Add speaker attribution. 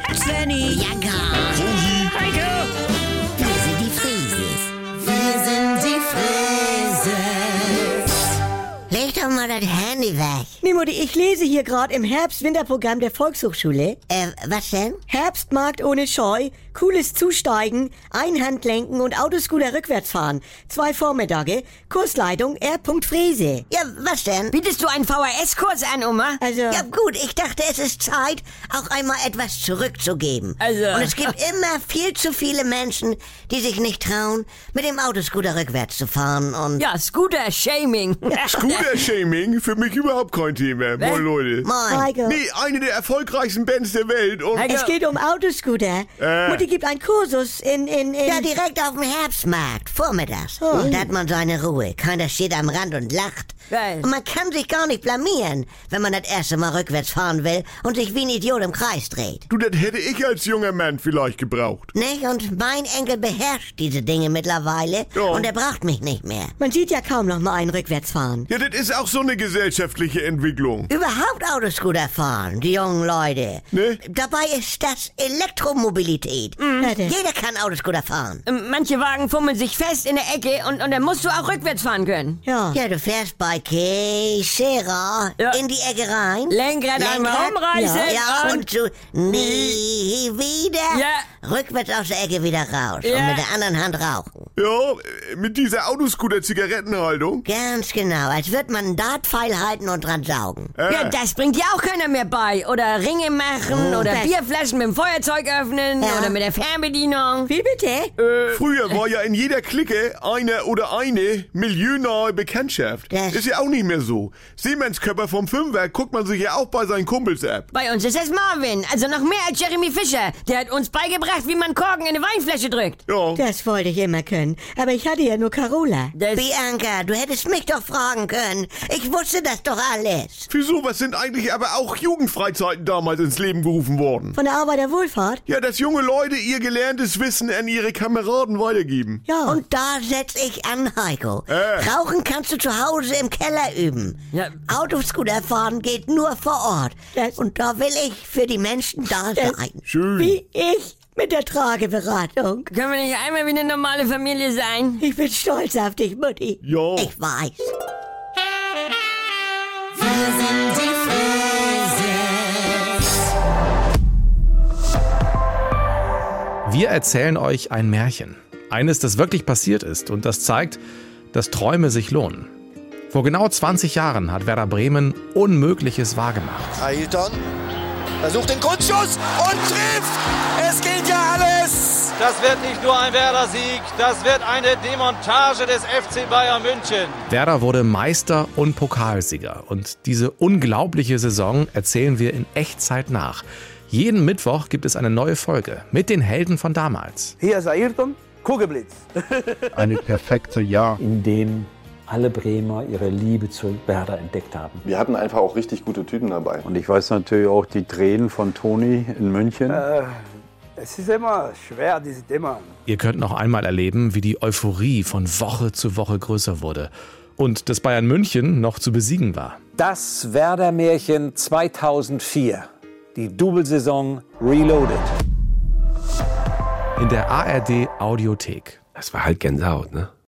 Speaker 1: Conny.
Speaker 2: Ja, gar.
Speaker 1: Heiko.
Speaker 2: Wir sind die Frieses. Wir sind die Frieses. Leg doch mal das Handy weg.
Speaker 1: Mimodi, ich lese hier gerade im Herbst-Winterprogramm der Volkshochschule.
Speaker 2: Äh, was denn?
Speaker 1: Herbstmarkt ohne Scheu, cooles Zusteigen, Einhandlenken und Autoscooter rückwärts fahren. Zwei Vormittage, Kursleitung R. Frese.
Speaker 2: Ja, was denn?
Speaker 3: Bietest du einen VHS-Kurs an, Oma?
Speaker 1: Also,
Speaker 2: Ja gut, ich dachte, es ist Zeit, auch einmal etwas zurückzugeben.
Speaker 3: Also-
Speaker 2: Und es gibt immer viel zu viele Menschen, die sich nicht trauen, mit dem Autoscooter rückwärts zu fahren und...
Speaker 3: Ja, Scooter-Shaming.
Speaker 4: Scooter-Shaming? Für mich überhaupt kein Thema. Moin, Leute.
Speaker 2: Moin.
Speaker 1: Heiko,
Speaker 4: Nee, eine der erfolgreichsten Bands der Welt. Und
Speaker 3: Heiko.
Speaker 1: es geht um Autoscooter. Mutti gibt einen Kursus in, in, in...
Speaker 2: Ja, direkt auf dem Herbstmarkt, vormittags. Da hat man seine Ruhe. Keiner steht am Rand und lacht.
Speaker 3: Geil.
Speaker 2: Und man kann sich gar nicht blamieren, wenn man das erste Mal rückwärts fahren will und sich wie ein Idiot im Kreis dreht.
Speaker 4: du, das hätte ich als junger Mann vielleicht gebraucht.
Speaker 2: Nicht? Und mein Enkel beherrscht diese Dinge mittlerweile
Speaker 4: Ja.
Speaker 2: und er braucht mich nicht mehr.
Speaker 1: man sieht ja kaum noch mal einen rückwärts fahren.
Speaker 4: Ja, das ist auch so eine gesellschaftliche Entwicklung.
Speaker 2: Überhaupt Autoscooter fahren, die jungen Leute.
Speaker 4: Ne?
Speaker 2: Dabei ist das Elektromobilität.
Speaker 1: Warte.
Speaker 2: Jeder kann Autoscooter fahren.
Speaker 3: Ähm, Manche Wagen fummeln sich fest in der Ecke und, und dann musst du auch rückwärts fahren können.
Speaker 1: Ja.
Speaker 2: Ja, du fährst bei Keysera
Speaker 3: Ja.
Speaker 2: in die Ecke rein.
Speaker 3: Lenkrad einmal
Speaker 2: Lenkrad,
Speaker 3: umreißen.
Speaker 2: Ja, und du nie wieder.
Speaker 3: Ja.
Speaker 2: Rückwärts aus der Ecke wieder raus. Und
Speaker 3: Ja.
Speaker 2: mit der anderen Hand rauchen.
Speaker 4: Ja, mit dieser Autoscooter-Zigarettenhaltung.
Speaker 2: Ganz genau, als würde man einen Dartpfeil halten und dran saugen.
Speaker 4: Äh,
Speaker 3: ja, das bringt dir auch keiner mehr bei. Oder Ringe machen oder Bierflaschen mit dem Feuerzeug öffnen
Speaker 2: Ja.
Speaker 3: oder mit der Fernbedienung.
Speaker 1: Wie bitte?
Speaker 4: Früher war ja in jeder Clique einer oder eine milieunahe Bekanntschaft.
Speaker 2: Das-
Speaker 4: ist ja auch nicht mehr so. Siemens-Körper vom Fünfer guckt man sich ja auch bei seinen Kumpels ab.
Speaker 3: Bei uns ist es Marvin, also noch mehr als Jeremy Fischer. Der hat uns beigebracht, wie man Korken in eine Weinflasche drückt.
Speaker 4: Ja.
Speaker 1: Das wollte ich immer können. Aber ich hatte ja nur Oh, Carola.
Speaker 3: Das
Speaker 2: Bianca, du hättest mich doch fragen können. Ich wusste das doch alles.
Speaker 4: Wieso? Was sind eigentlich aber auch Jugendfreizeiten damals ins Leben gerufen worden?
Speaker 1: Von der Arbeiterwohlfahrt?
Speaker 4: Ja, dass junge Leute ihr gelerntes Wissen an ihre Kameraden weitergeben.
Speaker 1: Ja.
Speaker 2: Und da setz ich an, Heiko.
Speaker 4: Äh.
Speaker 2: Rauchen kannst du zu Hause im Keller üben.
Speaker 3: Ja.
Speaker 2: Autoscooter fahren geht nur vor Ort.
Speaker 1: Das-
Speaker 2: Und da will ich für die Menschen da
Speaker 1: Das-
Speaker 2: sein.
Speaker 4: Schön.
Speaker 1: Wie ich mit der Trageberatung.
Speaker 3: können wir nicht einmal wie eine normale Familie sein?
Speaker 1: Ich bin stolz auf dich, Mutti.
Speaker 4: Ja.
Speaker 2: Ich weiß.
Speaker 5: Wir erzählen euch ein Märchen. Eines, das wirklich passiert ist und das zeigt, dass Träume sich lohnen. Vor genau 20 Jahren hat Werder Bremen Unmögliches wahrgemacht.
Speaker 6: Ailton versucht den Grundschuss und trifft. Es geht ja alles.
Speaker 7: Das wird nicht nur ein Werder-Sieg, das wird eine Demontage des FC Bayern München.
Speaker 5: Werder wurde Meister und Pokalsieger. Und diese unglaubliche Saison erzählen wir in Echtzeit nach. Jeden Mittwoch gibt es eine neue Folge mit den Helden von damals.
Speaker 8: Hier ist Ayrton, Kugelblitz.
Speaker 9: eine perfekte Jahr.
Speaker 10: in dem alle Bremer ihre Liebe zu Werder entdeckt haben.
Speaker 11: Wir hatten einfach auch richtig gute Typen dabei.
Speaker 9: Und ich weiß natürlich auch die Tränen von Toni in München.
Speaker 8: Äh, Es ist immer schwer, diese Thema.
Speaker 5: Ihr könnt noch einmal erleben, wie die Euphorie von Woche zu Woche größer wurde und dass Bayern München noch zu besiegen war.
Speaker 10: Das Werder-Märchen 2004. Die Doublesaison Reloaded.
Speaker 5: In der ARD Audiothek.
Speaker 7: Das war halt Gänsehaut, ne?